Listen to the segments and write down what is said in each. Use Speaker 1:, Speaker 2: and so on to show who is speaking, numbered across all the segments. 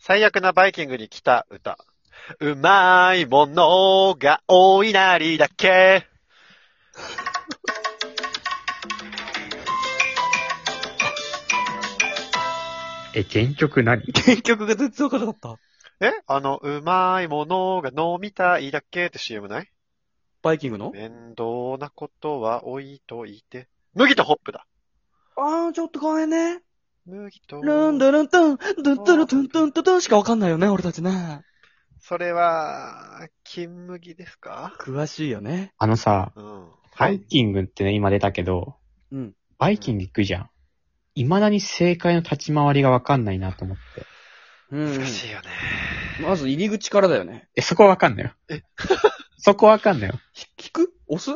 Speaker 1: 最悪なバイキングに来た歌。うまいものが多いなりだけ。
Speaker 2: え、原曲何
Speaker 3: 原曲が全然わからなかった。
Speaker 1: えあの、うまいものが飲みたいだけって CM ない
Speaker 3: バイキングの
Speaker 1: 面倒なことは置いといて。麦とホップだ。
Speaker 3: あー、ちょっとごめんね。
Speaker 1: 麦と。
Speaker 3: ルンドルントン、ドゥントルトゥントゥントゥントゥンしかわかんないよね、俺たちね。
Speaker 1: それは、金麦ですか
Speaker 3: 詳しいよね。
Speaker 2: あのさ、
Speaker 1: うん。
Speaker 2: バイ。キングってね、今出たけど、
Speaker 3: うん。
Speaker 2: バイキング行くじゃん。未だに正解の立ち回りがわかんないなと思って。
Speaker 3: うん
Speaker 1: 難しいよね。
Speaker 3: まず入り口からだよね。
Speaker 2: え、そこはわかんないよ。
Speaker 1: え
Speaker 2: そこはわかんないよ。
Speaker 3: 聞く押す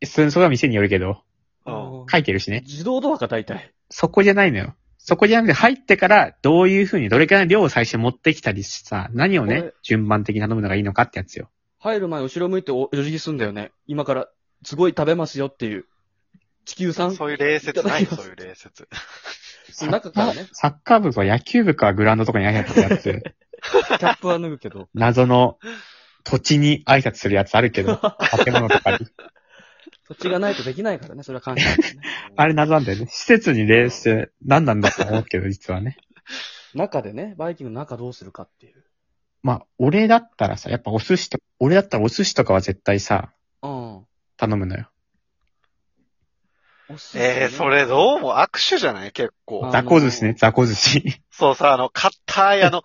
Speaker 2: えそ、そこは店によるけど、
Speaker 1: うん。
Speaker 2: 書いてるしね。
Speaker 3: 自動ドアか、大体。
Speaker 2: そこじゃないのよ。そこじゃなくて、入ってから、どういうふうに、どれくらいの量を最初持ってきたりさ、何を
Speaker 3: これ
Speaker 2: ね、順番的に頼むのがいいのかってやつよ。
Speaker 3: 入る前、後ろ向いてお、お辞儀すんだよね。今から、すごい食べますよっていう。地球さん
Speaker 1: そういう礼節ない
Speaker 3: い
Speaker 1: よ、
Speaker 3: た
Speaker 1: そ
Speaker 3: だきます
Speaker 1: ういう礼節。
Speaker 3: 中からね、
Speaker 2: サッカー部とか野球部かグラウンドとかに挨拶するやつ、
Speaker 3: キャップは脱ぐけど。
Speaker 2: 謎の土地に挨拶するやつあるけ ど、建物とかに。
Speaker 3: 土地がないとできないからね、それは関係ない、ね。
Speaker 2: あれ謎なんだよね。施設に礼して何なんだと思うけ ど、実はね。
Speaker 3: 中でね、バイキングの中どうするかっていう。
Speaker 2: まあ、俺だったらさ、やっぱお寿司と、俺だったらお寿司とかは絶対さ、
Speaker 3: うん。
Speaker 2: 頼むのよ。
Speaker 1: えー、それどうも握手じゃない結構
Speaker 3: あ。
Speaker 2: 雑魚寿司ね、雑魚寿司。
Speaker 1: そうさ、あの、硬い、あの、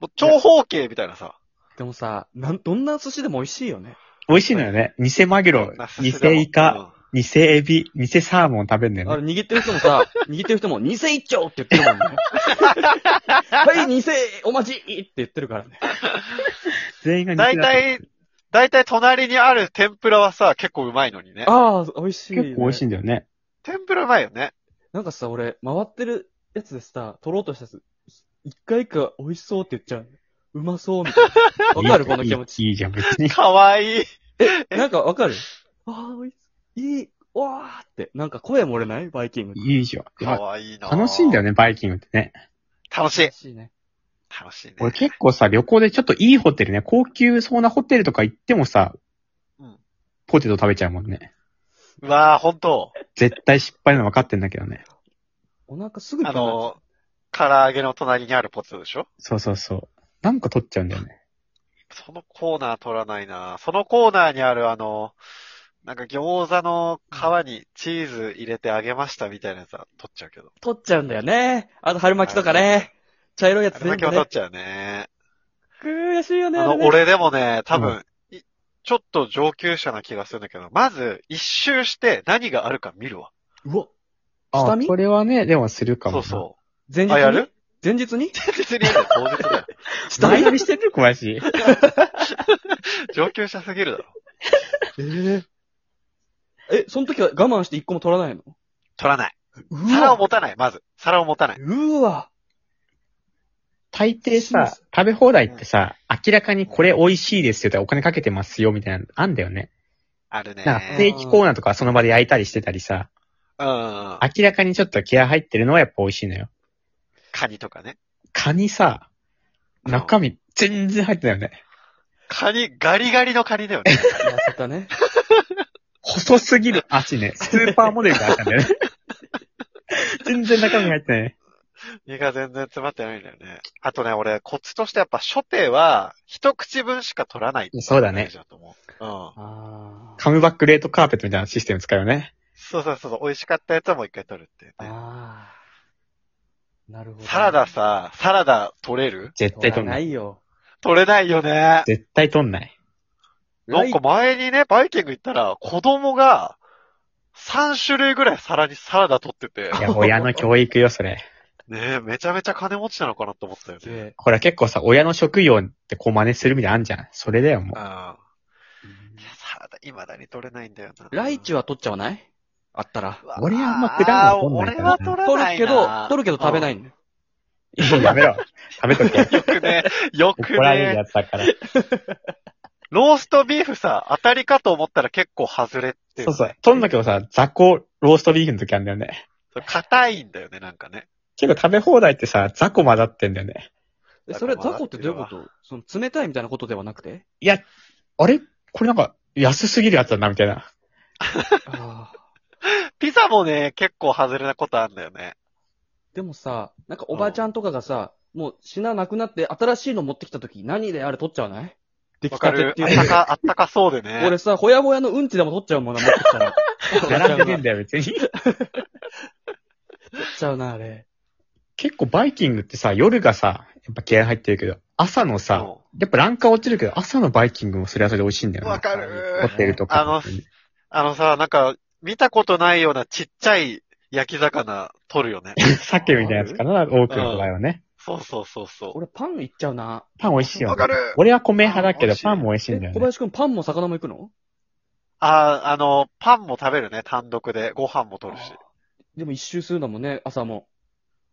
Speaker 1: もう長方形みたいなさ。
Speaker 3: でもさ、なん、どんな寿司でも美味しいよね。
Speaker 2: 美味しいのよね。偽マグロ
Speaker 1: な、す
Speaker 2: 偽
Speaker 1: すでも
Speaker 2: イカ、。偽エビ、偽サーモン食べんだ
Speaker 3: あ
Speaker 2: よ
Speaker 3: れ、
Speaker 2: ね。
Speaker 3: 握ってる人も さ、握ってる人も、偽一丁って言ってるもん ね。はい、偽、お待ちって言ってるからね。
Speaker 2: 全員が
Speaker 1: うん大
Speaker 2: 偽
Speaker 1: 体、大体隣にある天ぷらはさ、結構うまいのにね。
Speaker 3: ああ、美味しい、ね。
Speaker 2: 結構美味しいんだよね。
Speaker 1: 天ぷらうまいよね。
Speaker 3: なんかさ、俺、回ってるやつでさ、取ろうとしたやつ、一回一回美味しそうって言っちゃう。うまそうみたい な。わかる
Speaker 2: いい
Speaker 3: この気持ち。
Speaker 2: いいいいじゃん、別に。
Speaker 1: かわ いい。
Speaker 3: なんかわかるああ、美味しそう。いい。わーって。なんか声漏れないバイキング。
Speaker 2: いいじゃん。
Speaker 1: かわいいな。
Speaker 2: 楽しいんだよ
Speaker 1: ね。
Speaker 2: ね、バイキングってね。
Speaker 1: 楽しい
Speaker 3: 楽。しいね。
Speaker 1: 楽しいね。
Speaker 2: 俺結構さ、旅行でちょっといいホテルね、高級そうなホテルとか行ってもさ、
Speaker 1: うん
Speaker 2: ポテト食べちゃうもんね。
Speaker 1: うわぁ、ほん と。
Speaker 2: 絶対失敗なの分かってんだけどね。
Speaker 3: お腹すぐ痛
Speaker 1: あ
Speaker 3: くなっちゃう
Speaker 1: の、唐揚げの隣にあるポテトでしょ
Speaker 2: そうそうそう。なんか取っちゃうんだよね。
Speaker 1: そのコーナー取らないなそのコーナーにあるあの、なんか餃子の皮にチーズ入れて揚げましたみたいなやつは取っちゃうけど。
Speaker 3: 取っちゃうんだよね。あと春巻きとかね。茶色いや
Speaker 1: あ
Speaker 3: つ
Speaker 1: れだ
Speaker 3: 全
Speaker 1: け
Speaker 3: 部
Speaker 1: は取
Speaker 3: ね
Speaker 1: っ。ちゃうね。
Speaker 3: 悔しいよね。
Speaker 1: あ
Speaker 3: あ
Speaker 1: の、
Speaker 3: れね。
Speaker 1: 俺でもね、多
Speaker 2: う
Speaker 1: 分、いちょっと上級者な気がするんだけど、まず一周して何があるか見るわ。
Speaker 3: うわ。
Speaker 2: あ
Speaker 3: 下見
Speaker 2: これはね、でもするかも
Speaker 1: そ
Speaker 2: な。
Speaker 1: うそ
Speaker 3: 前
Speaker 1: う。
Speaker 3: 日に
Speaker 1: あ、やる
Speaker 3: 前日 に
Speaker 1: 別にいいよ当日だよ。
Speaker 3: 下
Speaker 2: 前
Speaker 3: 見
Speaker 2: 乗りしてる小林。
Speaker 1: 上級者すぎるだろ。
Speaker 3: えええ、その時は我慢して一個も取らないの
Speaker 1: 取らない。
Speaker 3: う
Speaker 1: 皿を
Speaker 3: わ。
Speaker 1: 持たない、まず。皿を持たない。
Speaker 3: うわ。
Speaker 2: 大抵さ
Speaker 3: そ、
Speaker 2: 食べ放題ってさ、明らかにこれ美味しいですよってお金かけてますよみたいなのあんだよね。
Speaker 1: あるね。
Speaker 2: なんかステーキコーナーとかその場で焼いたりしてたりさ、
Speaker 1: うん。
Speaker 2: 明らかにちょっと気合入ってるのはやっぱ美味しいのよ。
Speaker 1: カニとかね。
Speaker 2: カニさ、中身全然入ってないよね。
Speaker 1: カニ、ガリガリのカニだよね。
Speaker 3: 痩せたね。
Speaker 2: 細すぎる足ね。スーパーモデルがあったんだよ ね。全然中身入ってないね。
Speaker 1: 身が全然詰まってないんだよね。あとね、俺、コツとしてやっぱ初手は、一口分しか取らないっていのが
Speaker 2: そうだね
Speaker 1: 大事だと思う。うん。
Speaker 3: あー
Speaker 2: カムバックレートカーペットみたいなシステム使うよね。
Speaker 1: そうそうそう、美味しかったやつはもう一回取るっていうね。
Speaker 3: あー。なるほど。
Speaker 1: サラダさ、サラダ取れる
Speaker 2: 絶対取ん
Speaker 3: ら
Speaker 2: な
Speaker 3: な
Speaker 2: い。
Speaker 3: いよ。
Speaker 1: 取れないよね。
Speaker 2: 絶対取んない。
Speaker 1: なん
Speaker 3: ラ
Speaker 1: か
Speaker 3: イ
Speaker 1: 前にね、バイキング行ったら、子供が、3種類ぐらい皿にサラダ取ってて、
Speaker 2: いや、親の教育よ、それ。
Speaker 1: ねえ、めちゃめちゃ金持ちなのかなと思ったよ
Speaker 3: ト
Speaker 1: ね。
Speaker 3: で
Speaker 2: ほら、結構さ、親の職業ってこう真似するみたいなのあんじゃん。それだよ、も。
Speaker 1: うん。いうや、サラダ、未だに取れないんだよな。
Speaker 3: ライチは取っちゃわないあったら。
Speaker 1: わー、
Speaker 2: 俺はあんま果物取んない
Speaker 1: 俺
Speaker 2: からな
Speaker 1: は取ら
Speaker 3: 取
Speaker 1: な
Speaker 3: る
Speaker 1: い
Speaker 3: けど
Speaker 1: な、。
Speaker 3: 取るけど食べないいんだよ。
Speaker 2: やめろ。食べとけ。
Speaker 1: よくね、よく
Speaker 2: 怒られる
Speaker 1: ね
Speaker 2: や。つだから。
Speaker 1: ローストビーフさ、当たりかと思ったら結構外れってい
Speaker 2: そうそう。取んだけどさ、雑魚ローストビーフの時あんだよね。
Speaker 1: う。硬いんだよね、なんかね。
Speaker 2: 結構食べ放題ってさ、雑魚混ざってんだよね。
Speaker 3: え、それ、雑魚ってどういうことその、冷たいみたいなことではなくて
Speaker 2: いや、あれこれなんか、安すぎるやつだな、みたいな。
Speaker 3: ああ。
Speaker 1: ピザもね、結構外れなことあんだよね。
Speaker 3: でもさ、なんかおばちゃんとかがさ、もう品なくなって新しいの持ってきた時、何であれ取っちゃわない出来
Speaker 1: わか
Speaker 3: たて
Speaker 1: る
Speaker 3: っ。て
Speaker 1: あっ
Speaker 3: いう
Speaker 1: た
Speaker 3: の で。
Speaker 1: か、あったかそうでね。
Speaker 3: 俺さ、ほやほやのうんちでも取っちゃうもんな、持ってきたら。
Speaker 2: 並んでねえん
Speaker 3: 取っ
Speaker 2: だよ、別に。
Speaker 3: ちゃうな、あれ。
Speaker 2: 結構バイキングってさ、夜がさ、やっぱ気合入ってるけど、朝のさ、
Speaker 1: そ
Speaker 2: やっぱランカー落ちるけど、朝のバイキングもそれはそれで美味しいんだ
Speaker 1: う
Speaker 2: よ
Speaker 1: わ
Speaker 2: ね。
Speaker 1: かる
Speaker 2: ホテルとか。
Speaker 1: あの、あのさ、なんか、見たことないようなちっちゃい焼き魚取るよ ね。
Speaker 2: 鮭みたいなやつかな、多くの場合はね。
Speaker 1: そうそうそうそ。
Speaker 3: 俺パンいっちゃうな。
Speaker 2: パン美味しいうよ、ね。
Speaker 1: わかる
Speaker 2: 俺は米派だけ
Speaker 1: あ美
Speaker 2: ど、
Speaker 1: 味しい
Speaker 2: パンも美味しい
Speaker 3: え
Speaker 2: んだ、よ
Speaker 3: 小
Speaker 2: ね。
Speaker 3: 林くんパンも魚も行くの
Speaker 1: あ、あの、パンも食べるね、単独で。ご飯も取るし。
Speaker 3: でも一周するんだもんね、朝も。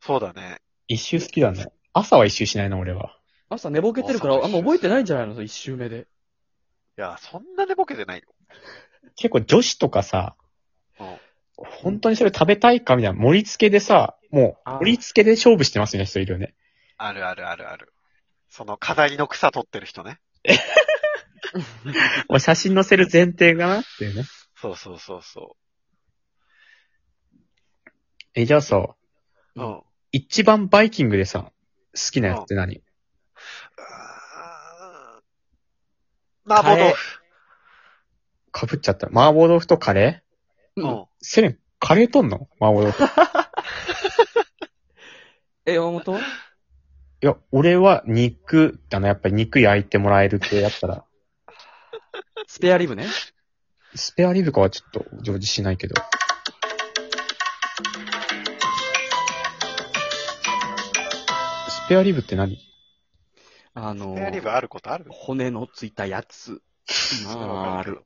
Speaker 1: そうだね。
Speaker 2: 一周好きだね。朝は一周しないな、俺は。
Speaker 3: 朝寝ぼけてるから、
Speaker 1: 朝も
Speaker 3: あ
Speaker 1: 一周
Speaker 3: んま覚えてないんじゃないのその一周目で。
Speaker 1: いや、そんなでボケてないよ。
Speaker 2: 結構女子とかさ、
Speaker 1: うん
Speaker 2: 本当にそれ食べたいかみたいな盛り付けでさ、もう
Speaker 3: あー
Speaker 2: 盛り付けで勝負してますみたいな人いるよね。
Speaker 1: あるあるあるある。その、飾りの草取ってる人ね。
Speaker 2: もう写真載せる前提かなっていうね。
Speaker 1: そうそうそうそ
Speaker 2: え、じゃあさ、
Speaker 1: う。うん。
Speaker 2: 一番バイキングでさ、好きなやつって何
Speaker 1: 麻婆豆腐。
Speaker 2: かぶっちゃった。麻婆豆腐とカレー
Speaker 3: う。
Speaker 1: うんん。
Speaker 2: セレン、カレーとんの麻婆豆 腐。い
Speaker 3: え、山本
Speaker 2: や、俺は肉だな。やっぱり肉焼いてもらえる系だったら。
Speaker 3: スペアリブね。
Speaker 2: スペアリブかはちょっと常時しないけど。スペアリブって何
Speaker 3: あの
Speaker 1: スペアリブあることある
Speaker 3: 骨のついたやつ。まあ、ある。